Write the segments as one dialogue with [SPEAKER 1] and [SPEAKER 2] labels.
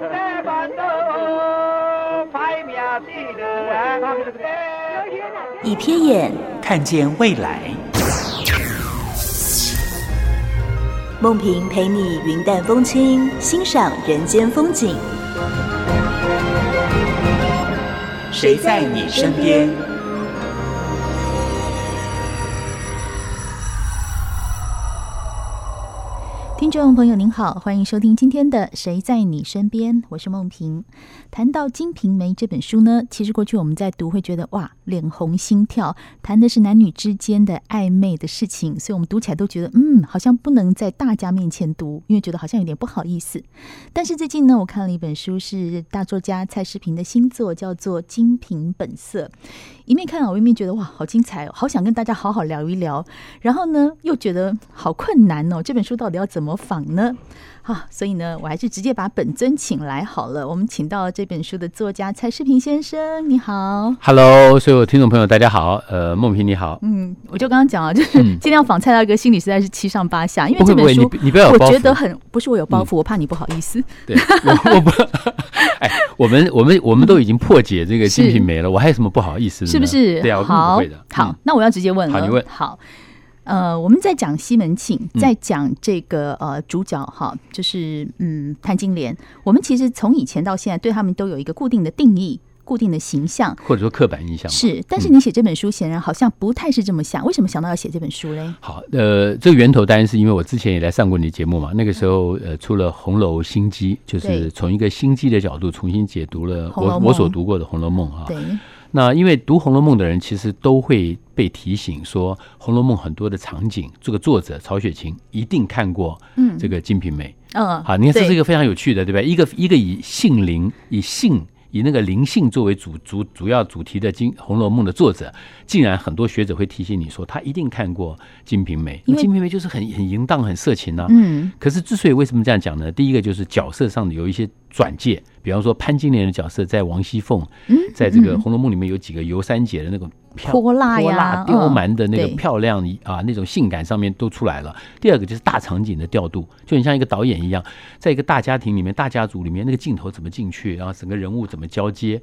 [SPEAKER 1] 在板凳拍面记得。
[SPEAKER 2] 一瞥眼，
[SPEAKER 3] 看见未来。
[SPEAKER 2] 梦萍陪你云淡风轻，欣赏人间风景。
[SPEAKER 3] 谁在你身边？
[SPEAKER 4] 听众朋友您好，欢迎收听今天的《谁在你身边》，我是梦萍。谈到《金瓶梅》这本书呢，其实过去我们在读会觉得哇，脸红心跳，谈的是男女之间的暧昧的事情，所以我们读起来都觉得嗯，好像不能在大家面前读，因为觉得好像有点不好意思。但是最近呢，我看了一本书，是大作家蔡世平的新作，叫做《金瓶本色》。一面看啊，我一面觉得哇，好精彩哦，好想跟大家好好聊一聊。然后呢，又觉得好困难哦，这本书到底要怎么仿呢？啊，所以呢，我还是直接把本尊请来好了。我们请到这本书的作家蔡世平先生，你好。
[SPEAKER 5] Hello，所有听众朋友，大家好。呃，梦萍你好。
[SPEAKER 4] 嗯，我就刚刚讲啊，就是
[SPEAKER 5] 嗯
[SPEAKER 4] 尽量仿蔡大哥，心里实在是七上八下，因为
[SPEAKER 5] 不会
[SPEAKER 4] 这
[SPEAKER 5] 不
[SPEAKER 4] 本
[SPEAKER 5] 会，你
[SPEAKER 4] 书。
[SPEAKER 5] 你不要有
[SPEAKER 4] 我
[SPEAKER 5] 包
[SPEAKER 4] 觉
[SPEAKER 5] 袱。嗯
[SPEAKER 4] 得很不是我有包袱，我怕你不好意思。
[SPEAKER 5] 对， 我我不， 哎，我们我们我们都已经破解这个《
[SPEAKER 4] 是
[SPEAKER 5] 金瓶梅》了，我还有什么不好意思呢？
[SPEAKER 4] 是不是？
[SPEAKER 5] 对啊，我根本
[SPEAKER 4] 好，
[SPEAKER 5] 不会的。
[SPEAKER 4] 好
[SPEAKER 5] 嗯，，
[SPEAKER 4] 那我要直接问了。
[SPEAKER 5] 好你问
[SPEAKER 4] 好呃，我们在讲西门庆，
[SPEAKER 5] 嗯
[SPEAKER 4] 在讲这个呃主角哈，就是嗯潘金莲。我们其实从以前到现在，对他们都有一个固定的定义、固定的形象。
[SPEAKER 5] 或者说刻板印象吧。
[SPEAKER 4] 是，但是
[SPEAKER 5] 嗯
[SPEAKER 4] 你写这本书显然好像不太是这么想，为什么想到要写这本书嘞？
[SPEAKER 5] 好，呃，这个源头当然是因为我之前也来上过你的节目嘛，那个时候呃出了《红楼心机》，
[SPEAKER 4] 嗯
[SPEAKER 5] 就
[SPEAKER 4] 对
[SPEAKER 5] 是从一个心机的角度重新解读了
[SPEAKER 4] 红楼
[SPEAKER 5] 我
[SPEAKER 4] 梦
[SPEAKER 5] 我所读过的《红楼梦》啊。
[SPEAKER 4] 对，
[SPEAKER 5] 那因为读《红楼梦》的人，其实都会被提醒说，《红楼梦》很多的场景，这个作者曹雪芹一定看过
[SPEAKER 4] 嗯
[SPEAKER 5] 这个《金瓶梅》
[SPEAKER 4] 嗯，
[SPEAKER 5] 好，你看这是一
[SPEAKER 4] 个
[SPEAKER 5] 个非常有趣的，对不对？一个一个以性灵、以性、以那个灵性作为主主主要主题的《金红楼梦》的作者，竟然很多学者会提醒你说，他一定看过《金瓶梅》，
[SPEAKER 4] 因为
[SPEAKER 5] 因为《金瓶梅》就是很很淫荡、很色情啊。
[SPEAKER 4] 嗯
[SPEAKER 5] 可是之所以为什么这样讲呢？第一个就是角色上的有一些转介，比方说潘金莲的角色在王熙凤，
[SPEAKER 4] 嗯，
[SPEAKER 5] 在这个《
[SPEAKER 4] 嗯
[SPEAKER 5] 红楼梦》里面有几个尤三姐的那种漂
[SPEAKER 4] 泼辣呀
[SPEAKER 5] 泼辣刁蛮的那个
[SPEAKER 4] 嗯对
[SPEAKER 5] 漂亮啊，那种性感上面都出来了。第二个就是大场景的调度，就很像一个导演一样，在一个大家庭里面、大家族里面，那个镜头怎么进去，然后整个人物怎么交接。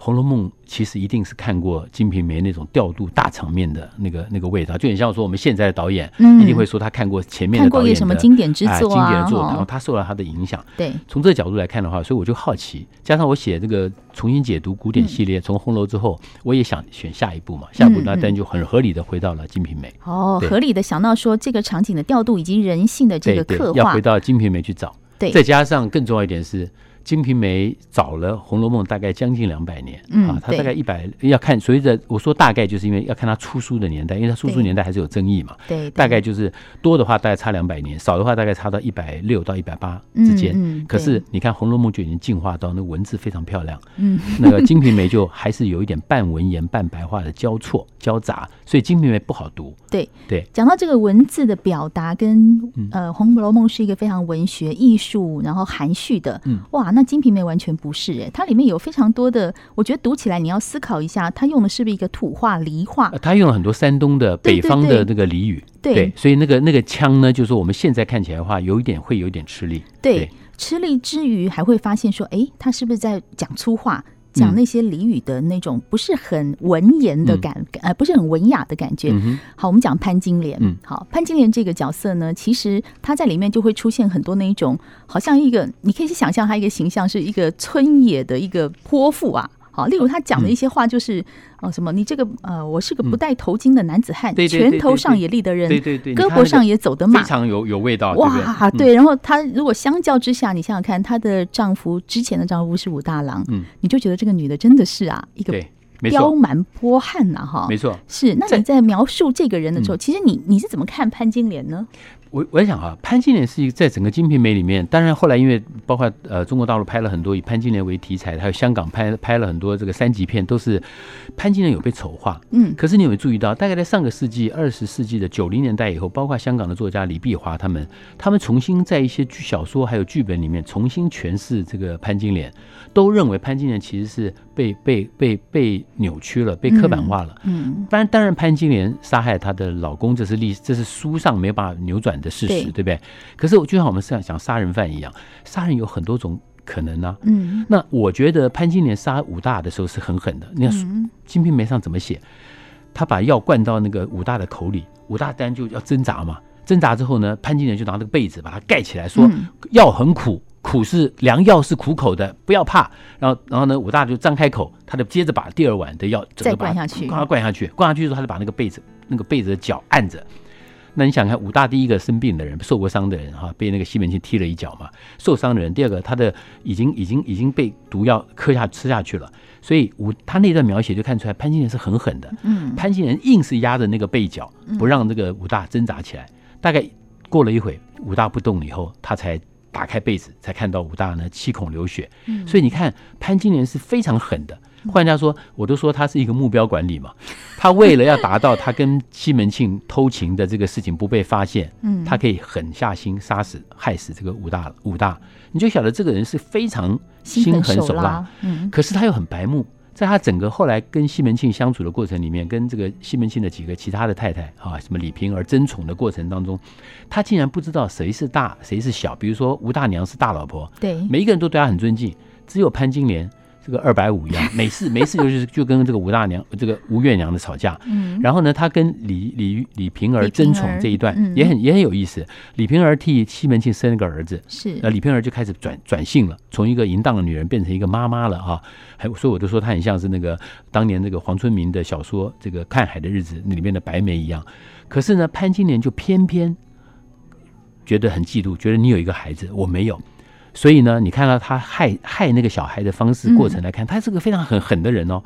[SPEAKER 5] 《红楼梦》其实一定是看过《金瓶梅》那种调度大场面的那个那个味道，就很像说我们现在的导演、
[SPEAKER 4] 嗯
[SPEAKER 5] 一定会说他看过前面
[SPEAKER 4] 看
[SPEAKER 5] 的
[SPEAKER 4] 过
[SPEAKER 5] 导
[SPEAKER 4] 一个
[SPEAKER 5] 演
[SPEAKER 4] 什么
[SPEAKER 5] 的哎
[SPEAKER 4] 经典之作
[SPEAKER 5] 经典
[SPEAKER 4] 啊
[SPEAKER 5] 的作，
[SPEAKER 4] 哈
[SPEAKER 5] 然后他受到他的影响。
[SPEAKER 4] 对，
[SPEAKER 5] 从这个角度来看的话，所以我就好奇，加上我写这个重新解读古典系列，从红楼之后，我也想选下一部嘛，下一部
[SPEAKER 4] 嗯
[SPEAKER 5] 那
[SPEAKER 4] 嗯
[SPEAKER 5] 当然就很合理的回到了《金瓶梅》
[SPEAKER 4] 哦，
[SPEAKER 5] 对
[SPEAKER 4] 合理的想到说这个场景的调度以及人性的这
[SPEAKER 5] 对
[SPEAKER 4] 个
[SPEAKER 5] 对
[SPEAKER 4] 刻，
[SPEAKER 5] 要
[SPEAKER 4] 画
[SPEAKER 5] 回，到《金瓶梅》去找。
[SPEAKER 4] 对，
[SPEAKER 5] 再加上更重要一点是，《金瓶梅》早了《红楼梦》大概将近两百年，
[SPEAKER 4] 嗯
[SPEAKER 5] 啊，它
[SPEAKER 4] 对
[SPEAKER 5] 大概一百要看，所以的我说大概就是因为要看它出书的年代，因为它出书
[SPEAKER 4] 对
[SPEAKER 5] 年代还是有争议嘛，
[SPEAKER 4] 对，对
[SPEAKER 5] 大概就是多的话大概差两百年，少的话大概差到一百六到一百八之间。
[SPEAKER 4] 嗯嗯
[SPEAKER 5] 可
[SPEAKER 4] 对
[SPEAKER 5] 是你看《红楼梦》就已经进化到那文字非常漂亮，
[SPEAKER 4] 嗯，
[SPEAKER 5] 那个《金瓶梅》就还是有一点半文言半白话的交错交杂，所以《金瓶梅》不好读。
[SPEAKER 4] 对
[SPEAKER 5] 对，
[SPEAKER 4] 讲到这个文字的表达跟，
[SPEAKER 5] 嗯
[SPEAKER 4] 呃，《红楼梦》是一个非常文学、艺术，然后含蓄的。
[SPEAKER 5] 嗯
[SPEAKER 4] 哇，那《金瓶梅》完全不是诶，它里面有非常多的，我觉得读起来你要思考一下，它用的是不是一个土话、梨话
[SPEAKER 5] 呃？他用了很多山东的、
[SPEAKER 4] 对
[SPEAKER 5] 北方的
[SPEAKER 4] 对
[SPEAKER 5] 那个俚语，
[SPEAKER 4] 对
[SPEAKER 5] 所以那个那个腔呢，就是说我们现在看起来的话，有一点会有一点吃力。对
[SPEAKER 4] 吃力之余还会发现说，诶，他是不是在讲粗话？讲
[SPEAKER 5] 嗯
[SPEAKER 4] 那些俚语的那种不是很文言的
[SPEAKER 5] 嗯
[SPEAKER 4] 感，呃，不是很文雅的感觉。
[SPEAKER 5] 嗯哼，
[SPEAKER 4] 好，我们讲潘金莲。
[SPEAKER 5] 嗯
[SPEAKER 4] 好，潘金莲这个角色呢，其实她在里面就会出现很多那一种，好像一个，你可以去想象她一个形象是一个村野的一个泼妇啊。好，例如她讲的一些话就是，呃，什么你这个呃，我是个不戴头巾的男子汉，
[SPEAKER 5] 对对对
[SPEAKER 4] 拳头上也立得人，
[SPEAKER 5] 对对对，你
[SPEAKER 4] 胳
[SPEAKER 5] 看那
[SPEAKER 4] 膊
[SPEAKER 5] 个
[SPEAKER 4] 上也走得马
[SPEAKER 5] 非。常有有味道，对不
[SPEAKER 4] 哇，
[SPEAKER 5] 对？嗯
[SPEAKER 4] 对，然后她如果相较之下，你想想看，她的丈夫之前的丈夫是武大郎，
[SPEAKER 5] 嗯，
[SPEAKER 4] 你就觉得这个女的真的是啊，一个
[SPEAKER 5] 对，没
[SPEAKER 4] 刁
[SPEAKER 5] 错，
[SPEAKER 4] 蛮泼悍呐，哈，
[SPEAKER 5] 没错。
[SPEAKER 4] 是，那
[SPEAKER 5] 在嗯
[SPEAKER 4] 你在描述这个人的时候，其实你你是怎么看潘金莲呢？
[SPEAKER 5] 我我在想啊，潘金莲是一个在整个《金瓶梅》里面，当然后来因为包括呃中国大陆拍了很多以潘金莲为题材的，还有香港拍拍了很多这个三级片，都是潘金莲有被丑化。
[SPEAKER 4] 嗯
[SPEAKER 5] 可是你有没有注意到，大概在上个世纪二十世纪的九零年代以后，包括香港的作家李碧华他们，他们重新在一些剧小说还有剧本里面重新诠释这个潘金莲，都认为潘金莲其实是被被被被扭曲了，被刻板化了。
[SPEAKER 4] 嗯，
[SPEAKER 5] 当然，当然，潘金莲杀害她的老公，这是历，这是书上没有办法扭转的事
[SPEAKER 4] 对
[SPEAKER 5] 实，对不对？可是，就像我们想想杀人犯一样，杀人有很多种可能啊。
[SPEAKER 4] 嗯
[SPEAKER 5] 那我觉得潘金莲杀武大的时候是很狠的。你看《
[SPEAKER 4] 嗯
[SPEAKER 5] 金瓶梅》上怎么写？他把药灌到那个武大的口里，武大当然就要挣扎嘛。挣扎之后呢，潘金莲就拿那个被子把它盖起来，说
[SPEAKER 4] 嗯
[SPEAKER 5] 药很苦，苦是良药是苦口的，不要怕。然后，然后呢，武大就张开口，他就接着把第二碗的药整
[SPEAKER 4] 再
[SPEAKER 5] 个把
[SPEAKER 4] 灌
[SPEAKER 5] 它
[SPEAKER 4] 下去
[SPEAKER 5] 灌它灌下去，灌下去之后，他就把那个被子那个被子的脚按着。那你想看武大第一个生病的人，受过伤的人哈、被那个西门庆踢了一脚嘛，受伤的人；第二个，他的已经已经已经被毒药磕下吃下去了，所以武他那段描写就看出来潘金莲是很狠的，
[SPEAKER 4] 嗯
[SPEAKER 5] 潘金莲硬是压着那个被角，不让这个武大挣扎起来。大概过了一会，武大不动了以后，他才打开被子，才看到武大呢七孔流血。所以你看，潘金莲是非常狠的。换家说，我都说他是一个目标管理嘛，他为了要达到他跟西门庆偷情的这个事情不被发现，
[SPEAKER 4] 嗯
[SPEAKER 5] 他可以狠下心杀死害死这个武大武大，你就晓得这个人是非常心狠手辣，，
[SPEAKER 4] 嗯
[SPEAKER 5] 可是他又很白目，在他整个后来跟西门庆相处的过程里面，跟这个西门庆的几个其他的太太啊，什么李瓶儿争宠的过程当中，他竟然不知道谁是大谁是小。比如说吴大娘是大老婆，
[SPEAKER 4] 对，
[SPEAKER 5] 每一个人都对她很尊敬，只有潘金莲这个二百五一 样，每次每次就是就跟这个吴大娘这个吴月娘的吵架。
[SPEAKER 4] 嗯
[SPEAKER 5] 然后呢，他跟李李李瓶儿
[SPEAKER 4] 李瓶
[SPEAKER 5] 争
[SPEAKER 4] 儿
[SPEAKER 5] 宠这一段
[SPEAKER 4] 嗯
[SPEAKER 5] 也很也很有意思。李瓶儿替西门庆生了个儿子，
[SPEAKER 4] 是
[SPEAKER 5] 那李瓶儿就开始转转性了，从一个淫荡的女人变成一个妈妈了啊！还所以我都说她很像是那个当年那个黄春明的小说《这个看海的日子》里面的白梅一样。可是呢，潘金莲就偏偏觉得很嫉妒，觉得你有一个孩子，我没有。所以呢，你看到他害害那个小孩的方
[SPEAKER 4] 嗯
[SPEAKER 5] 式过程来看，他是个非常很狠的人哦。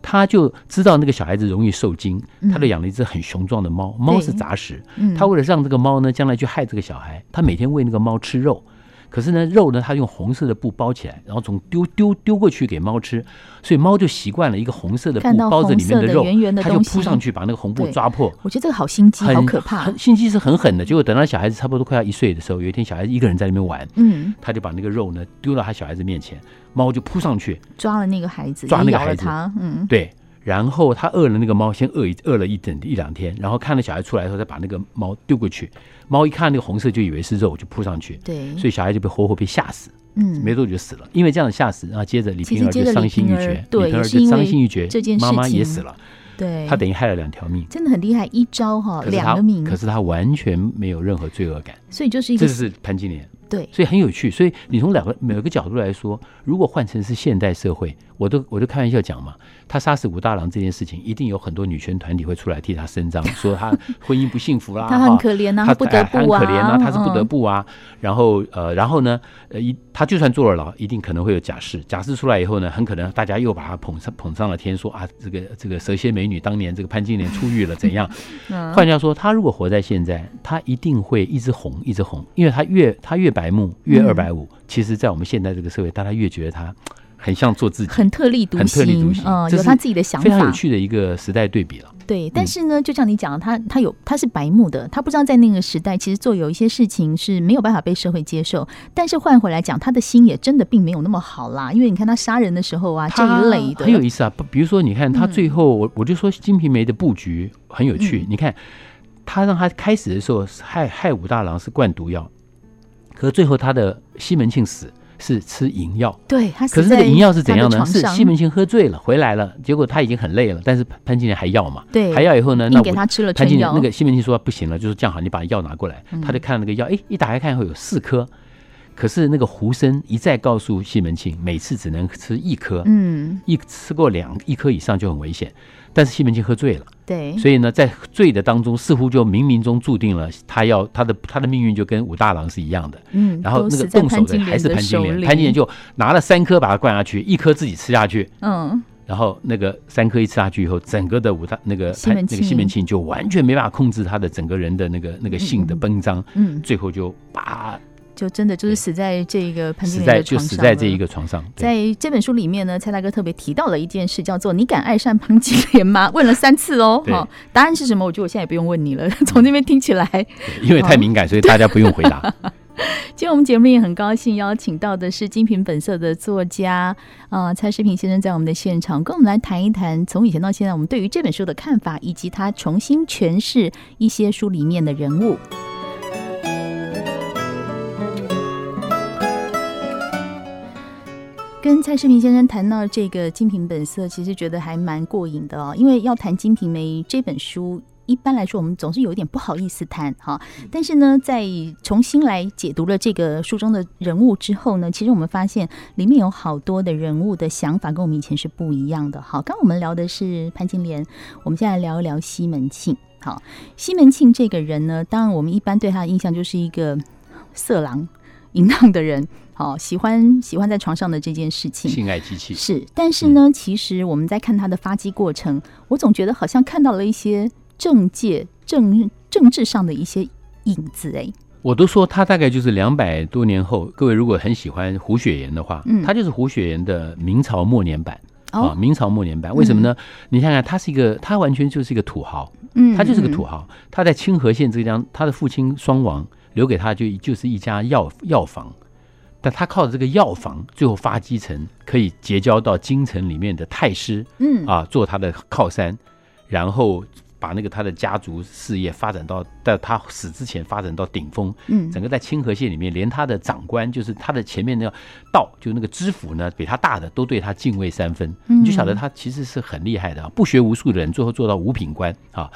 [SPEAKER 5] 他就知道那个小孩子容易受惊，他就养了一只很雄壮的猫，猫是杂食，
[SPEAKER 4] 嗯
[SPEAKER 5] 他为了让这个猫呢将来去害这个小孩，他每天喂那个猫吃肉，可是呢肉呢他用红色的布包起来，然后从丢丢丢过去给猫吃，所以猫就习惯了一个红色的
[SPEAKER 4] 看
[SPEAKER 5] 布
[SPEAKER 4] 到
[SPEAKER 5] 包着里面
[SPEAKER 4] 红色的
[SPEAKER 5] 肉，
[SPEAKER 4] 圆圆的
[SPEAKER 5] 它就
[SPEAKER 4] 东西
[SPEAKER 5] 扑上去把那个红布
[SPEAKER 4] 对
[SPEAKER 5] 抓破。
[SPEAKER 4] 我觉得这个好心机，好
[SPEAKER 5] 很
[SPEAKER 4] 可怕
[SPEAKER 5] 很，心机是很狠的。结果等到小孩子差不多快要一岁的时候，有一天小孩子一个人在那边玩，
[SPEAKER 4] 嗯，
[SPEAKER 5] 他就把那个肉呢丢到他小孩子面前，猫就扑上去，
[SPEAKER 4] 抓了那个孩子，
[SPEAKER 5] 抓
[SPEAKER 4] 也
[SPEAKER 5] 那个
[SPEAKER 4] 咬了
[SPEAKER 5] 孩子
[SPEAKER 4] 他，嗯
[SPEAKER 5] 对，然后他饿了那个猫，先饿一饿了一整一两天，然后看到小孩出来的时候，再把那个猫丢过去，猫一看那个红色就以为是肉，就扑上去，
[SPEAKER 4] 对，
[SPEAKER 5] 所以小孩就被活活被吓死，
[SPEAKER 4] 嗯
[SPEAKER 5] 没多久就死了，因为这样吓死，然后接着李
[SPEAKER 4] 其
[SPEAKER 5] 瓶
[SPEAKER 4] 实
[SPEAKER 5] 儿
[SPEAKER 4] 接
[SPEAKER 5] 就
[SPEAKER 4] 着李
[SPEAKER 5] 伤心
[SPEAKER 4] 瓶
[SPEAKER 5] 欲
[SPEAKER 4] 儿
[SPEAKER 5] 绝，
[SPEAKER 4] 对
[SPEAKER 5] 李瓶
[SPEAKER 4] 也
[SPEAKER 5] 儿
[SPEAKER 4] 是因
[SPEAKER 5] 就伤
[SPEAKER 4] 为
[SPEAKER 5] 心欲绝，
[SPEAKER 4] 这件事
[SPEAKER 5] 妈妈
[SPEAKER 4] 情
[SPEAKER 5] 也死了，
[SPEAKER 4] 对，
[SPEAKER 5] 他等于害了两条命。
[SPEAKER 4] 真的很厉害，一招哈
[SPEAKER 5] 可是
[SPEAKER 4] 两
[SPEAKER 5] 他
[SPEAKER 4] 个名，，
[SPEAKER 5] 可是他完全没有任何罪恶感，
[SPEAKER 4] 所以就是一
[SPEAKER 5] 这
[SPEAKER 4] 个
[SPEAKER 5] 就是潘金莲。
[SPEAKER 4] 对，
[SPEAKER 5] 所以很有趣。所以你从两个每个角度来说，如果换成是现代社会，我都我都开玩笑讲嘛，他杀死武大郎这件事情，一定有很多女权团体会出来替他伸张，说他婚姻不幸福啦，
[SPEAKER 4] 他很可怜啊
[SPEAKER 5] 哈
[SPEAKER 4] 他不得
[SPEAKER 5] 哎
[SPEAKER 4] 不啊
[SPEAKER 5] 很可怜啊，他是不
[SPEAKER 4] 嗯
[SPEAKER 5] 得不啊。然后呃，然后呢，呃，一他就算坐了牢，一定可能会有假释，假释出来以后呢，很可能大家又把他捧上捧上了天，说啊，这个这个蛇蝎美女当年这个潘金莲出狱了怎样？
[SPEAKER 4] 嗯
[SPEAKER 5] 换句话说，他如果活在现在，他一定会一直红，一直红，因为他越他越白目，越
[SPEAKER 4] 嗯
[SPEAKER 5] 二百五。其实，在我们现在这个社会，大家越觉得他很像做自己，
[SPEAKER 4] 很特立独
[SPEAKER 5] 很特立独
[SPEAKER 4] 行
[SPEAKER 5] 行，，
[SPEAKER 4] 嗯，
[SPEAKER 5] 这
[SPEAKER 4] 有
[SPEAKER 5] 是
[SPEAKER 4] 他自己的想
[SPEAKER 5] 非常有
[SPEAKER 4] 法，
[SPEAKER 5] 趣的嗯一个时代对比了。
[SPEAKER 4] 对，但是呢，就像你讲的，他他有他是白目的，他不知道在那个时代，其实做有一些事情是没有办法被社会接受。但是换回来讲，他的心也真的并没有那么好啦，因为你看他杀人的时候啊，这
[SPEAKER 5] 他
[SPEAKER 4] 一类的，
[SPEAKER 5] 很有意思啊。不比如说，你看他最后，我、我就说《金瓶梅》的布局很有趣。
[SPEAKER 4] 嗯
[SPEAKER 5] 你看，他让他开始的时候是害害武大郎是灌毒药，可是最后他的西门庆死是吃银药。
[SPEAKER 4] 对，他死
[SPEAKER 5] 可是那个
[SPEAKER 4] 在
[SPEAKER 5] 银药是怎
[SPEAKER 4] 他的
[SPEAKER 5] 样呢？
[SPEAKER 4] 床
[SPEAKER 5] 是
[SPEAKER 4] 上
[SPEAKER 5] 西门庆喝醉了回来了，结果他已经很累了，但是潘潘金莲还要嘛，
[SPEAKER 4] 对
[SPEAKER 5] 还要以后呢，那
[SPEAKER 4] 硬
[SPEAKER 5] 我
[SPEAKER 4] 给他吃了
[SPEAKER 5] 潘
[SPEAKER 4] 春
[SPEAKER 5] 金莲
[SPEAKER 4] 药，嗯
[SPEAKER 5] 那个西门庆说不行了，就是这样好，你把药拿过来，他就看那个药，哎，一打开看会有四颗，可是那个胡生一再告诉西门庆，每次只能吃一颗，
[SPEAKER 4] 嗯，
[SPEAKER 5] 一吃过两一颗以上就很危险，但是西门庆喝醉了。
[SPEAKER 4] 对，
[SPEAKER 5] 所以呢，在醉的当中，似乎就冥冥中注定了他要他的他的命运就跟武大郎是一样的。
[SPEAKER 4] 嗯
[SPEAKER 5] 然后
[SPEAKER 4] 都
[SPEAKER 5] 那个
[SPEAKER 4] 死在
[SPEAKER 5] 动手
[SPEAKER 4] 潘
[SPEAKER 5] 的
[SPEAKER 4] 金
[SPEAKER 5] 还是
[SPEAKER 4] 莲的
[SPEAKER 5] 潘金
[SPEAKER 4] 手
[SPEAKER 5] 莲，
[SPEAKER 4] 里
[SPEAKER 5] 潘金莲就拿了三颗把它灌下去，一颗自己吃下去，
[SPEAKER 4] 嗯，
[SPEAKER 5] 然后那个三颗一次下去以后，整个的武大那个
[SPEAKER 4] 西门
[SPEAKER 5] 潘那个
[SPEAKER 4] 庆
[SPEAKER 5] 西门庆就完全没办法控制他的整个人的那个那个性的奔张，
[SPEAKER 4] 嗯，
[SPEAKER 5] 最后就啪
[SPEAKER 4] 就真的就是
[SPEAKER 5] 对
[SPEAKER 4] 死在这个潘金
[SPEAKER 5] 死
[SPEAKER 4] 莲
[SPEAKER 5] 在
[SPEAKER 4] 的
[SPEAKER 5] 就
[SPEAKER 4] 床
[SPEAKER 5] 死
[SPEAKER 4] 上
[SPEAKER 5] 在这
[SPEAKER 4] 了
[SPEAKER 5] 一个床上。对
[SPEAKER 4] 在这本书里面呢，蔡大哥特别提到了一件事，叫做“你敢爱上潘金莲吗？”问了三次哦。
[SPEAKER 5] 对
[SPEAKER 4] 好，答案是什么？我觉得我现在也不用问你了。 从这边听起来，
[SPEAKER 5] 对因为太敏感，所以大家不用回答。
[SPEAKER 4] 今天我们节目也很高兴邀请到的是《精品本色》的作家啊、呃蔡世平先生，在我们的现场跟我们来谈一谈，从以前到现在，我们对于这本书的看法，以及他重新诠释一些书里面的人物。跟蔡世平先生谈到这个《金瓶本色》，其实觉得还蛮过瘾的哦，因为要谈《金瓶梅》这本书。一般来说，我们总是有一点不好意思谈哈，但是呢，在重新来解读了这个书中的人物之后呢，其实我们发现里面有好多的人物的想法跟我们以前是不一样的。好，刚刚我们聊的是潘金莲，我们现在来聊一聊西门庆。好，西门庆这个人呢，当然我们一般对他的印象就是一个色狼、淫荡的人，好喜欢喜欢在床上的这件事情。
[SPEAKER 5] 性爱机器，
[SPEAKER 4] 是，但是
[SPEAKER 5] 嗯
[SPEAKER 4] 呢，其实我们在看他的发迹过程，我总觉得好像看到了一些政界、政政治上的一些影子。哎，
[SPEAKER 5] 我都说他大概就是两百多年后。各位如果很喜欢胡雪岩的话，
[SPEAKER 4] 嗯
[SPEAKER 5] 他就是胡雪岩的明朝末年版。啊，
[SPEAKER 4] 哦，
[SPEAKER 5] 明朝末年版，为什么呢？你看看，他是一个，他完全就是一个土豪，
[SPEAKER 4] 嗯
[SPEAKER 5] 他就是个土
[SPEAKER 4] 嗯
[SPEAKER 5] 豪。他在清河县这张，他的父亲双亡，留给他就就是一家药药房，但他靠着这个药房，最后发迹成可以结交到京城里面的太师，
[SPEAKER 4] 嗯
[SPEAKER 5] 啊，做他的靠山，然后把那个他的家族事业发展到在他死之前发展到顶峰，
[SPEAKER 4] 嗯
[SPEAKER 5] 整个在清河县里面，连他的长官，就是他的前面那个道，就那个知府呢，比他大的都对他敬畏三分，
[SPEAKER 4] 嗯
[SPEAKER 5] 你就晓得他其实是很厉害的啊，不学无术的人，最后做到五品官啊。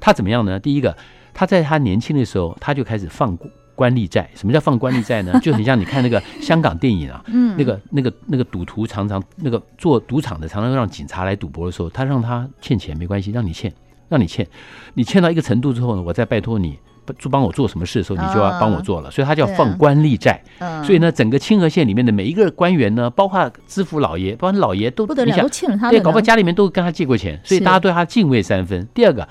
[SPEAKER 5] 他怎么样呢？第一个，他在他年轻的时候，他就开始放官吏债。什么叫放官吏债呢？就 很像你看那个香港电影啊，那个那个那个赌徒常常那个做赌场的常常让警察来赌博的时候，他让他欠钱没关系，让你欠，让你欠，你欠到一个程度之后呢，我再拜托你。不帮我做什么事的时候，你就要帮我做了，所以他叫
[SPEAKER 4] 对啊
[SPEAKER 5] 放官吏债。
[SPEAKER 4] 嗯
[SPEAKER 5] 所以呢，整个清河县里面的每一个官员呢，包括知府老爷，包括老爷都
[SPEAKER 4] 不得
[SPEAKER 5] 你
[SPEAKER 4] 了，
[SPEAKER 5] 想
[SPEAKER 4] 都欠了他的
[SPEAKER 5] 对，
[SPEAKER 4] 呢，
[SPEAKER 5] 搞不好家里面都跟他借过钱，所以
[SPEAKER 4] 是
[SPEAKER 5] 大家对他敬畏三分。第二个，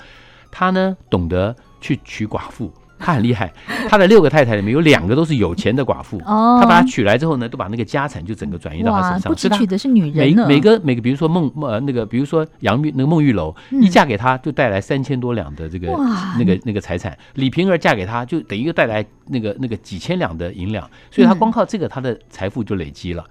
[SPEAKER 5] 他呢懂得去娶寡妇，他很 厉害。他的六个太太里面有两个都是有钱的寡妇，
[SPEAKER 4] 哦，
[SPEAKER 5] 他把她娶来之后呢，都把那个家产就整个转移到他
[SPEAKER 4] 哇，
[SPEAKER 5] 身
[SPEAKER 4] 不
[SPEAKER 5] 上，
[SPEAKER 4] 只
[SPEAKER 5] 所以他
[SPEAKER 4] 娶的是女
[SPEAKER 5] 每
[SPEAKER 4] 人呢，
[SPEAKER 5] 每个每个，比如说孟呃那个，比如说杨玉那个孟玉楼，
[SPEAKER 4] 嗯
[SPEAKER 5] 一嫁给他就带来三千多两的这个
[SPEAKER 4] 哇
[SPEAKER 5] 那个那个财产，李瓶儿嫁给他就等于又带来那个那个几千两的银两，所以他
[SPEAKER 4] 嗯
[SPEAKER 5] 光靠这个他的财富就累积了。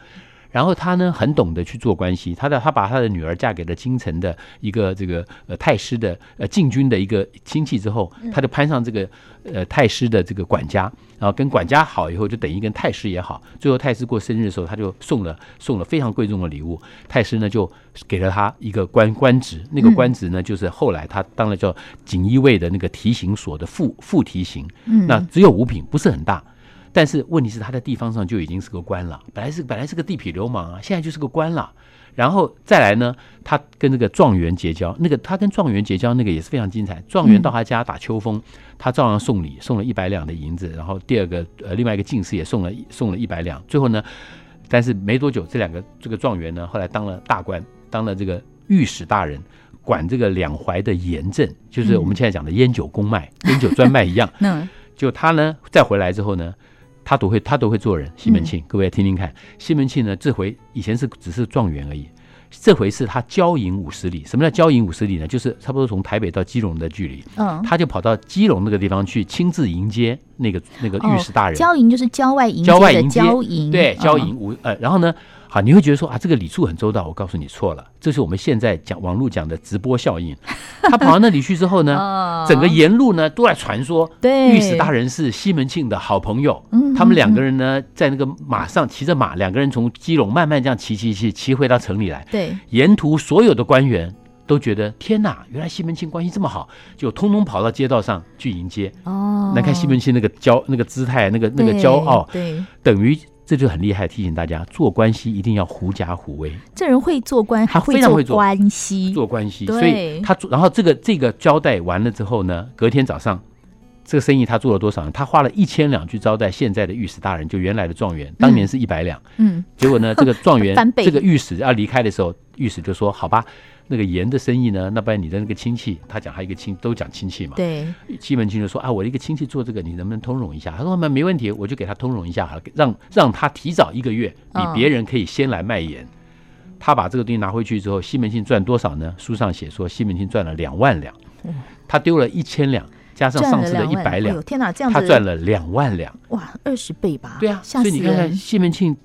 [SPEAKER 5] 然后他呢，很懂得去做关系。他的他把他的女儿嫁给了京城的一个这个呃太师的呃禁军的一个亲戚之后，他就攀上这个呃太师的这个管家，然后跟管家好以后，就等于跟太师也好。最后太师过生日的时候，他就送了送了非常贵重的礼物。太师呢就给了他一个官官职，那个
[SPEAKER 4] 嗯
[SPEAKER 5] 官职呢就是后来他当了叫锦衣卫的那个提刑所的副副提刑。
[SPEAKER 4] 嗯
[SPEAKER 5] 那只有五品，不是很大。但是问题是，他在地方上就已经是个官了，本来是本来是个地痞流氓啊，现在就是个官了。然后再来呢，他跟那个状元结交，那个他跟状元结交那个也是非常精彩。状元到他家打秋风，他照样送礼，送了一百两的银子。然后第二个呃，另外一个进士也送了送呃了一百两。最后呢，但是没多久，这两个这个状元呢，后来当了大官，当了这个御史大人，管这个两淮的盐政，就是我们现在讲的烟酒公卖、 烟酒专卖一样。
[SPEAKER 4] 那
[SPEAKER 5] 就他呢，再回来之后呢，他都会他都会做人。西门庆，各位听听看，西门庆呢，这回以前是只是状元而已，这回是他交银五十里。什么叫交银五十里呢？就是差不多从台北到基隆的距离，
[SPEAKER 4] 嗯。
[SPEAKER 5] 他就跑到基隆那个地方去亲自迎接那个那个御史大人。
[SPEAKER 4] 哦交银就是郊外迎接
[SPEAKER 5] 郊外
[SPEAKER 4] 的
[SPEAKER 5] 迎接
[SPEAKER 4] 郊营，
[SPEAKER 5] 对，
[SPEAKER 4] 嗯
[SPEAKER 5] 交银无呃，然后呢，好，你会觉得说啊，这个礼数很周到。我告诉你错了，这是我们现在讲网络讲的直播效 应。他跑到那里去之后呢
[SPEAKER 4] 哦，
[SPEAKER 5] 整个沿路呢都在传说，
[SPEAKER 4] 对
[SPEAKER 5] 御史大人是西门庆的好朋友
[SPEAKER 4] 嗯。
[SPEAKER 5] 他们两个人呢，在那个马上骑着马，两个人从基隆慢慢这样骑骑骑骑回到城里来。
[SPEAKER 4] 对，
[SPEAKER 5] 沿途所有的官员都觉得天哪，原来西门庆关系这么好，就通通跑到街道上去迎接。
[SPEAKER 4] 哦，
[SPEAKER 5] 来看西门庆那个骄那个姿态，那个那个哦
[SPEAKER 4] 对
[SPEAKER 5] 骄傲，
[SPEAKER 4] 对，
[SPEAKER 5] 等于这就很厉害，提醒大家做关系一定要狐假虎威，
[SPEAKER 4] 这人会做官，还
[SPEAKER 5] 他非常会
[SPEAKER 4] 做
[SPEAKER 5] 做
[SPEAKER 4] 关系，
[SPEAKER 5] 做关系。
[SPEAKER 4] 嗯对
[SPEAKER 5] 所以他做，然后这个这个交代完了之后呢，隔天早上这个生意他做了多少呢？他花了一千两去招待现在的御史大人，就原来的状元，当年是一百两。
[SPEAKER 4] 嗯，
[SPEAKER 5] 结果呢，这个状元
[SPEAKER 4] 翻倍
[SPEAKER 5] 这个御史要离开的时候，御史就说：“好吧，那个盐的生意呢，那不然你的那个亲戚，他讲他一个亲，都讲亲戚嘛。
[SPEAKER 4] 对，
[SPEAKER 5] 西门庆就说：“啊，我的一个亲戚做这个，你能不能通融一下？”他说：“那没问题，我就给他通融一下好了，让让他提早一个月，比
[SPEAKER 4] 嗯
[SPEAKER 5] 别人可以先来卖盐。他把这个东西拿回去之后，西门庆赚多少呢？书上写说西门庆赚了两万两，他丢了一千两，加
[SPEAKER 4] 嗯
[SPEAKER 5] 上
[SPEAKER 4] 赚
[SPEAKER 5] 上
[SPEAKER 4] 了
[SPEAKER 5] 次的
[SPEAKER 4] 两
[SPEAKER 5] 一
[SPEAKER 4] 万，
[SPEAKER 5] 百
[SPEAKER 4] 哎
[SPEAKER 5] 两
[SPEAKER 4] 呦，天哪，这样子
[SPEAKER 5] 他赚了两万两。
[SPEAKER 4] 哇，二十倍吧？
[SPEAKER 5] 对啊，
[SPEAKER 4] 吓
[SPEAKER 5] 所
[SPEAKER 4] 死
[SPEAKER 5] 以你看看
[SPEAKER 4] 人！
[SPEAKER 5] 西门庆，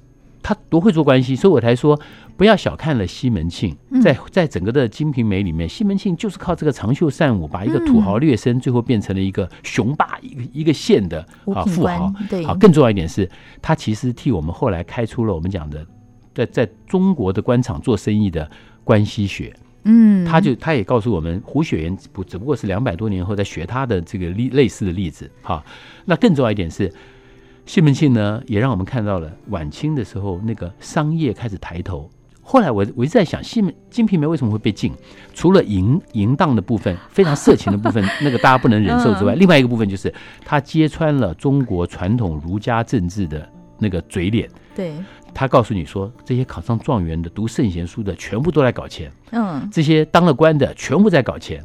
[SPEAKER 5] 他多会做关系，所以我才说不要小看了西门庆，
[SPEAKER 4] 嗯
[SPEAKER 5] 在在整个的《金瓶梅》里面，西门庆就是靠这个长袖善舞，把一个
[SPEAKER 4] 嗯
[SPEAKER 5] 土豪劣绅，最后变成了一个雄霸一个一个县的
[SPEAKER 4] 五
[SPEAKER 5] 啊
[SPEAKER 4] 品
[SPEAKER 5] 富
[SPEAKER 4] 官
[SPEAKER 5] 豪。
[SPEAKER 4] 对
[SPEAKER 5] 好，更重要一点是，他其实替我们后来开出了我们讲的，在在中国的官场做生意的关系学。
[SPEAKER 4] 嗯，
[SPEAKER 5] 他就他也告诉我们，胡雪岩不只不过是两百多年后在学他的这个例类似的例子哈。那更重要一点是，西门庆呢也让我们看到了晚清的时候那个商业开始抬头。后来我我一直在想，西门《金瓶梅》为什么会被禁？除了淫淫荡的部分、非常色情的部分，那个大家不能忍受之外，另外一个部分就是他揭穿了中国传统儒家政治的那个嘴脸。
[SPEAKER 4] 对，
[SPEAKER 5] 他告诉你说，这些考上状元的、读圣贤书的，全部都来搞钱。
[SPEAKER 4] 嗯，
[SPEAKER 5] 这些当了官的全部在搞钱，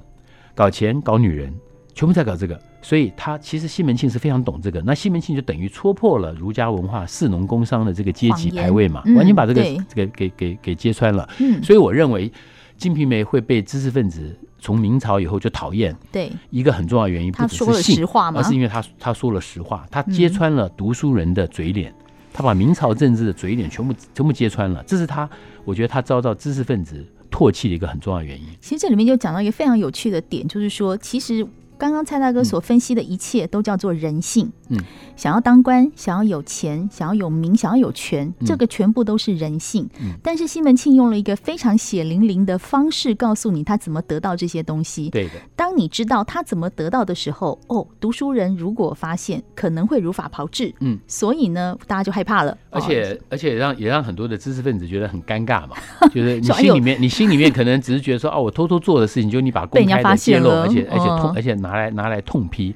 [SPEAKER 5] 搞钱搞女人，全部在搞这个。所以他其实西门庆是非常懂这个。那西门庆就等于戳破了儒家文化士农工商的这个阶级
[SPEAKER 4] 谎言
[SPEAKER 5] 排位嘛，
[SPEAKER 4] 嗯
[SPEAKER 5] 完全把这个
[SPEAKER 4] 对
[SPEAKER 5] 这个给给给揭穿了。
[SPEAKER 4] 嗯
[SPEAKER 5] 所以我认为《金瓶梅》会被知识分子从明朝以后就讨厌，
[SPEAKER 4] 对，
[SPEAKER 5] 一个很重要的原因，
[SPEAKER 4] 他
[SPEAKER 5] 不只
[SPEAKER 4] 说了
[SPEAKER 5] 是信，
[SPEAKER 4] 实话吗
[SPEAKER 5] 而是因为他他说了实话，他揭穿了读书人的嘴脸，他把明朝政治的嘴脸全部全部揭穿了，这是他，我觉得他遭到知识分子唾弃的一个很重要的原因。
[SPEAKER 4] 其实这里面就讲到一个非常有趣的点，就是说，其实刚刚蔡大哥所分析的一切都叫做人性。
[SPEAKER 5] 嗯，
[SPEAKER 4] 想要当官，想要有钱，想要有名，想要有权，
[SPEAKER 5] 嗯
[SPEAKER 4] 这个全部都是人性。但是西门庆用了一个非常血淋淋的方式，告诉你他怎么得到这些东西。
[SPEAKER 5] 对的，
[SPEAKER 4] 当你知道他怎么得到的时候，哦，读书人如果发现，可能会如法炮制。
[SPEAKER 5] 嗯，
[SPEAKER 4] 所以呢，大家就害怕了。
[SPEAKER 5] 而
[SPEAKER 4] 哦
[SPEAKER 5] 且而且让也让很多的知识分子觉得很尴 尬嘛，就是你
[SPEAKER 4] 说哎
[SPEAKER 5] 心
[SPEAKER 4] 呦
[SPEAKER 5] 里面你心里面可能只是觉得说哦， 我偷偷做的事情，就你把它
[SPEAKER 4] 被人
[SPEAKER 5] 公
[SPEAKER 4] 家
[SPEAKER 5] 开
[SPEAKER 4] 发
[SPEAKER 5] 的揭
[SPEAKER 4] 现
[SPEAKER 5] 露，
[SPEAKER 4] 了
[SPEAKER 5] 而且而且痛
[SPEAKER 4] 嗯
[SPEAKER 5] 而且拿来拿来痛批。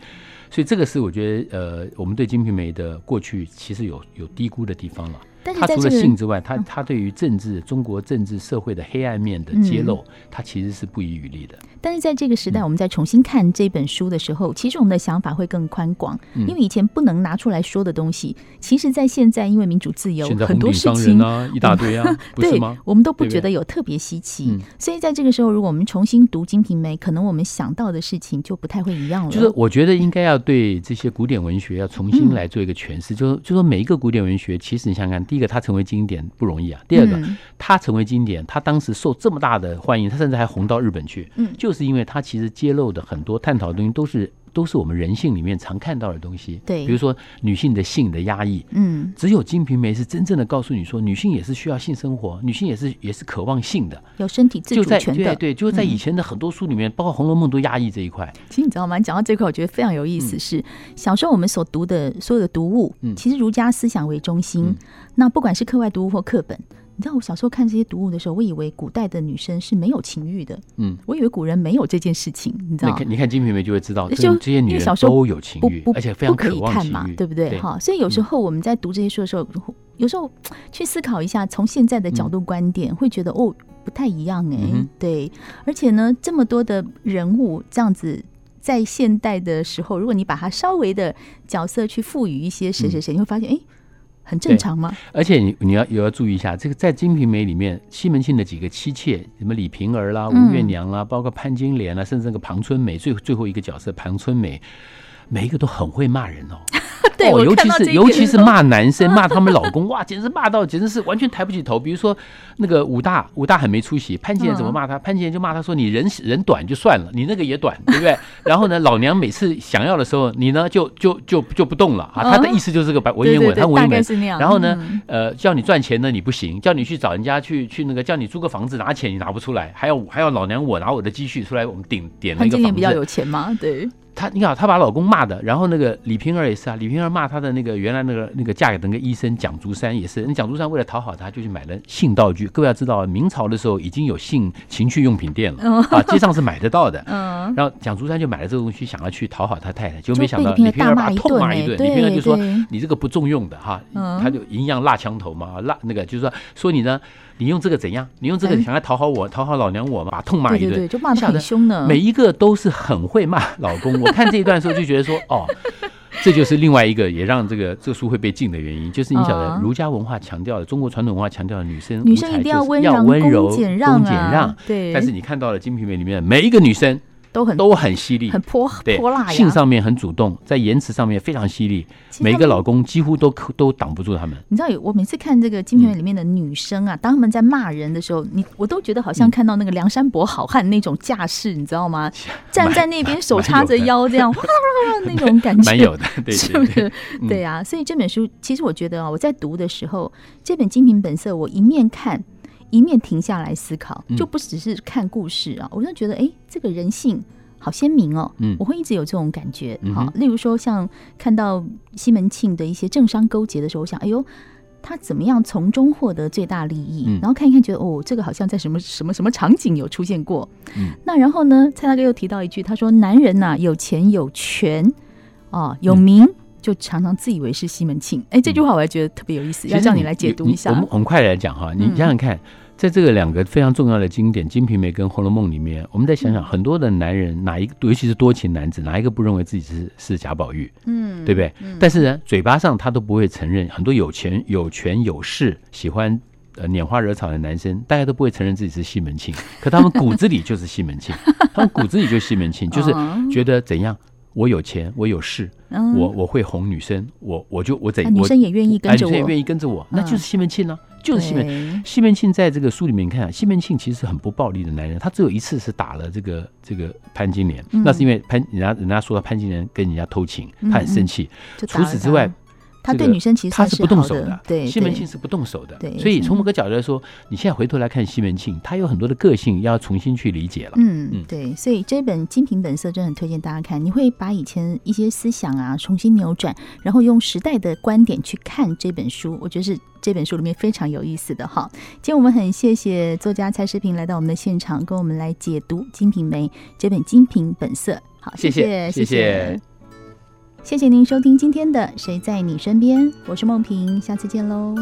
[SPEAKER 5] 所以这个是我觉得，呃，我们对《金瓶梅》的过去其实有有低估的地方了。
[SPEAKER 4] 但是
[SPEAKER 5] 他
[SPEAKER 4] 在
[SPEAKER 5] 除
[SPEAKER 4] 这
[SPEAKER 5] 了
[SPEAKER 4] 个嗯
[SPEAKER 5] 性之外，他他对于政治中国政治社会的黑暗面的揭露，他其实是不遗余力的。
[SPEAKER 4] 但是在这个时
[SPEAKER 5] 嗯
[SPEAKER 4] 代，我们在重新看这本书的时候，其实我们的想法会更宽广，
[SPEAKER 5] 嗯
[SPEAKER 4] 因为以前不能拿出来说的东西，其实在现在因为民主自由
[SPEAKER 5] 现，在
[SPEAKER 4] 很
[SPEAKER 5] 红
[SPEAKER 4] 多
[SPEAKER 5] 顶
[SPEAKER 4] 事
[SPEAKER 5] 商
[SPEAKER 4] 情嗯
[SPEAKER 5] 人。啊，一大堆啊，不是
[SPEAKER 4] 对
[SPEAKER 5] 吗？，
[SPEAKER 4] 我们都不
[SPEAKER 5] 对不
[SPEAKER 4] 觉
[SPEAKER 5] 对
[SPEAKER 4] 得有特别稀奇，
[SPEAKER 5] 嗯
[SPEAKER 4] 所以在这个时候，如果我们重新读《金瓶梅》，可能我们想到的事情就不太会一样了。
[SPEAKER 5] 就是我觉得应该要对这些古典文学要重
[SPEAKER 4] 嗯
[SPEAKER 5] 新来做一个诠释，就就说每一个古典文学，其实你想想看，第一个它成为经典不容易啊，第二个、
[SPEAKER 4] 嗯
[SPEAKER 5] 它成为经典，它当时受这么大的欢迎，它甚至还红到日本去，
[SPEAKER 4] 嗯
[SPEAKER 5] 就是因为它其实揭露的很多探讨的东西都是都是我们人性里面常看到的东西，
[SPEAKER 4] 对
[SPEAKER 5] 比如说女性的性的压抑，
[SPEAKER 4] 嗯，
[SPEAKER 5] 只有《金瓶梅》是真正的告诉你说，女性也是需要性生活，女性也是也是渴望性的，
[SPEAKER 4] 有身体自
[SPEAKER 5] 就
[SPEAKER 4] 主
[SPEAKER 5] 在
[SPEAKER 4] 权的嗯
[SPEAKER 5] 对。对，就是在以前的很多书里面，包括《红楼梦》都压抑这一块。
[SPEAKER 4] 其实你知道吗？讲到这块，我觉得非常有意思是，小时候我们所读的所有的读物，
[SPEAKER 5] 嗯
[SPEAKER 4] 其实儒家思想为中心。那不管是课外读物或课本，你知道我小时候看这些读物的时候，我以为古代的女生是没有情欲的，
[SPEAKER 5] 嗯，
[SPEAKER 4] 我以为古人没有这件事情，你知
[SPEAKER 5] 那
[SPEAKER 4] 道
[SPEAKER 5] 看你看《金瓶梅》就会知道，这
[SPEAKER 4] 就
[SPEAKER 5] 这些
[SPEAKER 4] 因
[SPEAKER 5] 女
[SPEAKER 4] 为
[SPEAKER 5] 人
[SPEAKER 4] 小时候
[SPEAKER 5] 都有情
[SPEAKER 4] 不
[SPEAKER 5] 欲
[SPEAKER 4] 不，
[SPEAKER 5] 而且非常
[SPEAKER 4] 不可
[SPEAKER 5] 渴
[SPEAKER 4] 以
[SPEAKER 5] 望
[SPEAKER 4] 看
[SPEAKER 5] 情
[SPEAKER 4] 嘛
[SPEAKER 5] 欲，，嗯
[SPEAKER 4] 对不对？哈，所以有时候我们在读这些书的时候，有时候去思考一下，从现在的角度观点，会觉得哦不太一样哎、
[SPEAKER 5] 嗯哼
[SPEAKER 4] 对。而且呢，这么多的人物这样子。在现代的时候，如果你把它稍微的角色去赋予一些谁谁谁，你会发现，哎，很正
[SPEAKER 5] 嗯对
[SPEAKER 4] 常吗？
[SPEAKER 5] 而且你你要也要注意一下，这个在《金瓶梅》里面，西门庆的几个妻妾，什么李瓶儿啦、
[SPEAKER 4] 嗯
[SPEAKER 5] 吴月娘啦，包括潘金莲啊啦，甚至那个庞春梅，最最后一个角色庞春梅，每一个都很会 骂人哦。
[SPEAKER 4] 对
[SPEAKER 5] 哦，
[SPEAKER 4] 我
[SPEAKER 5] 尤
[SPEAKER 4] 看
[SPEAKER 5] 其
[SPEAKER 4] 到这
[SPEAKER 5] 是
[SPEAKER 4] 一
[SPEAKER 5] 尤
[SPEAKER 4] 点
[SPEAKER 5] 其
[SPEAKER 4] 的时
[SPEAKER 5] 是
[SPEAKER 4] 候
[SPEAKER 5] 骂男 生、骂他们老公，哇，简直骂到简直是完全抬不起头。比如说那个武大，武大很没出息，潘金莲怎么骂
[SPEAKER 4] 嗯
[SPEAKER 5] 他？潘金莲就骂他说：“你人人短就算了，你那个也短，对 不对？”然后呢，老娘每次想要的时候，你呢就就就就不动了啊。他的意思就是这个白文言
[SPEAKER 4] 哦对对
[SPEAKER 5] 文，
[SPEAKER 4] 对
[SPEAKER 5] 他文言
[SPEAKER 4] 大概
[SPEAKER 5] 文
[SPEAKER 4] 是那样
[SPEAKER 5] 然后呢
[SPEAKER 4] 嗯，
[SPEAKER 5] 呃，叫你赚钱呢你不行，叫你去找人家去去那个，叫你租个房子拿钱你拿不出来，还要还要老娘我拿我的积蓄出来，我们顶点了
[SPEAKER 4] 潘
[SPEAKER 5] 一个
[SPEAKER 4] 金莲
[SPEAKER 5] 房
[SPEAKER 4] 比较
[SPEAKER 5] 子
[SPEAKER 4] 有。钱嘛，对，
[SPEAKER 5] 她你看啊她把老公骂的，然后那个李瓶儿也是啊，李瓶儿骂她的那个原来那个那个嫁给那个医生蒋竹山也是，那蒋竹山为了讨好她，就去买了性道具。各位要知道，啊明朝的时候已经有性情趣用品店了啊，街上是买得到的。
[SPEAKER 4] 嗯，
[SPEAKER 5] 然后蒋竹山就买了这个东西，想要去讨好他太太，结果
[SPEAKER 4] 就
[SPEAKER 5] 没想
[SPEAKER 4] 被
[SPEAKER 5] 到
[SPEAKER 4] 李
[SPEAKER 5] 李
[SPEAKER 4] 瓶
[SPEAKER 5] 瓶
[SPEAKER 4] 儿大
[SPEAKER 5] 儿
[SPEAKER 4] 骂
[SPEAKER 5] 把
[SPEAKER 4] 一
[SPEAKER 5] 他痛
[SPEAKER 4] 顿
[SPEAKER 5] 骂
[SPEAKER 4] 欸
[SPEAKER 5] 一顿，
[SPEAKER 4] 对
[SPEAKER 5] 李瓶儿就说
[SPEAKER 4] 对：“
[SPEAKER 5] 你这个不中用的哈。”
[SPEAKER 4] 嗯
[SPEAKER 5] 他就一样辣枪头嘛，辣那个就是说说你呢，你用这个怎样？你用这个
[SPEAKER 4] 嗯
[SPEAKER 5] 想要讨好我，讨好老娘我嘛，把痛骂
[SPEAKER 4] 对
[SPEAKER 5] 一
[SPEAKER 4] 对对，
[SPEAKER 5] 顿。
[SPEAKER 4] 就骂的
[SPEAKER 5] 吓
[SPEAKER 4] 很
[SPEAKER 5] 得
[SPEAKER 4] 凶呢。
[SPEAKER 5] 每一个都是很会骂老公。我看这一段的时候就觉得说， 哦，这就是另外一个也让这个这个书会被禁的原因，就是你晓得
[SPEAKER 4] 啊
[SPEAKER 5] 儒家文化强调的，中国传统文化强调的女生
[SPEAKER 4] 女
[SPEAKER 5] 无
[SPEAKER 4] 生
[SPEAKER 5] 才
[SPEAKER 4] 一定
[SPEAKER 5] 就
[SPEAKER 4] 要
[SPEAKER 5] 是
[SPEAKER 4] 温
[SPEAKER 5] 要
[SPEAKER 4] 良
[SPEAKER 5] 温
[SPEAKER 4] 恭
[SPEAKER 5] 柔
[SPEAKER 4] 俭让
[SPEAKER 5] 恭俭
[SPEAKER 4] 啊
[SPEAKER 5] 让。
[SPEAKER 4] 对
[SPEAKER 5] 但是你看到了《金瓶梅》里面每一个女生
[SPEAKER 4] 都很
[SPEAKER 5] 都很犀利，
[SPEAKER 4] 很泼
[SPEAKER 5] 对
[SPEAKER 4] 泼辣呀，
[SPEAKER 5] 性上面很主动，在言辞上面非常犀利，
[SPEAKER 4] 其实
[SPEAKER 5] 每一
[SPEAKER 4] 他
[SPEAKER 5] 个
[SPEAKER 4] 们
[SPEAKER 5] 老公几乎都可都挡不住他们。
[SPEAKER 4] 你知道，有我每次看这个《金瓶梅》里面的女生啊，当她们在骂人的时候，你我都觉得好
[SPEAKER 5] 嗯
[SPEAKER 4] 像看到那个梁山伯好汉那种架势，你知道 吗？站在那边手叉着腰这样，哇哇哇那种感觉，
[SPEAKER 5] 蛮有的，对
[SPEAKER 4] 是
[SPEAKER 5] 对
[SPEAKER 4] 不
[SPEAKER 5] 对嗯
[SPEAKER 4] 是？对啊，所以这本书其实我觉得啊，我在读的时候，这本《金瓶本色》，我一面看一面停下来思考，
[SPEAKER 5] 嗯
[SPEAKER 4] 就不只是看故事啊，我就觉得哎，这个人性。好鲜明哦，
[SPEAKER 5] 嗯
[SPEAKER 4] 我会一直有这种感觉。
[SPEAKER 5] 嗯
[SPEAKER 4] 好、
[SPEAKER 5] 哼
[SPEAKER 4] 例如说像看到西门庆的一些政商勾结的时候，我想，哎呦，他怎么样从中获得最大利益？
[SPEAKER 5] 嗯
[SPEAKER 4] 然后看一看，觉得哦，这个好像在什么什么什么场景有出现过。
[SPEAKER 5] 嗯
[SPEAKER 4] 那然后呢，蔡大哥又提到一句，他说：“男人呐、有钱有权，啊，有名。
[SPEAKER 5] 嗯
[SPEAKER 4] 就常常自以为是西门庆，哎，这句话我还觉得特别有意思，
[SPEAKER 5] 其
[SPEAKER 4] 要
[SPEAKER 5] 实
[SPEAKER 4] 叫你来解读一下
[SPEAKER 5] 我。们很快来讲哈，你
[SPEAKER 4] 嗯
[SPEAKER 5] 想想看，在这个两个非常重要的经典《金瓶梅》跟《红楼梦》里面，我们再想
[SPEAKER 4] 嗯
[SPEAKER 5] 想，很多的男人哪一个，尤其是多情男子，哪一个不认为自己是是贾宝玉，
[SPEAKER 4] 嗯，
[SPEAKER 5] 对不对？但是呢，嘴巴上他都不会承认，很多有钱、有权、有势，喜欢。呃，拈花惹草的男生，大家都不会承认自己是西门庆，可他们骨子里就是西门庆，他们骨子里就是西门庆，就 是
[SPEAKER 4] 哦
[SPEAKER 5] 觉得怎样，我有钱，我有势，
[SPEAKER 4] 嗯
[SPEAKER 5] 我我会哄女生，我我就我怎、
[SPEAKER 4] 啊
[SPEAKER 5] 我
[SPEAKER 4] 女生也愿意跟
[SPEAKER 5] 哎
[SPEAKER 4] 着
[SPEAKER 5] 女生也
[SPEAKER 4] 我嗯
[SPEAKER 5] 愿意跟着我，那就是西门庆呢、就是西
[SPEAKER 4] 对
[SPEAKER 5] 门西门庆在这个书里面你看、啊，西门庆其实是很不暴力的男人，他只有一次是打了这个这个潘金莲，
[SPEAKER 4] 嗯
[SPEAKER 5] 那是因为潘人家人家说他潘金莲跟人家偷情，他很生气。
[SPEAKER 4] 嗯就打
[SPEAKER 5] 除
[SPEAKER 4] 了
[SPEAKER 5] 此之外
[SPEAKER 4] 他，他
[SPEAKER 5] 这
[SPEAKER 4] 对
[SPEAKER 5] 个
[SPEAKER 4] 女生其实
[SPEAKER 5] 他
[SPEAKER 4] 算
[SPEAKER 5] 是
[SPEAKER 4] 是
[SPEAKER 5] 不动
[SPEAKER 4] 好
[SPEAKER 5] 手
[SPEAKER 4] 的，对，
[SPEAKER 5] 西门
[SPEAKER 4] 对
[SPEAKER 5] 庆是不动手的
[SPEAKER 4] 对，嗯
[SPEAKER 5] 所以
[SPEAKER 4] 真
[SPEAKER 5] 从某个角度来说，你现在回头来看西门庆，他有很多的个性要重新去理解了。
[SPEAKER 4] 嗯
[SPEAKER 5] 嗯，
[SPEAKER 4] 对，所以这本《金瓶本色》真的很推荐大家看，你会把以前一些思想啊重新扭转，然后用时代的观点去看这本书，我觉得是这本书里面非常有意思的哈。今天我们很谢谢作家蔡诗平来到我们的现场，跟我们来解读《金瓶梅》这本《金瓶本色》。好，
[SPEAKER 5] 谢
[SPEAKER 4] 谢，
[SPEAKER 5] 谢
[SPEAKER 4] 谢
[SPEAKER 5] 谢谢
[SPEAKER 4] 谢谢您收听今天的《谁在你身边》，我是梦萍，下次见喽。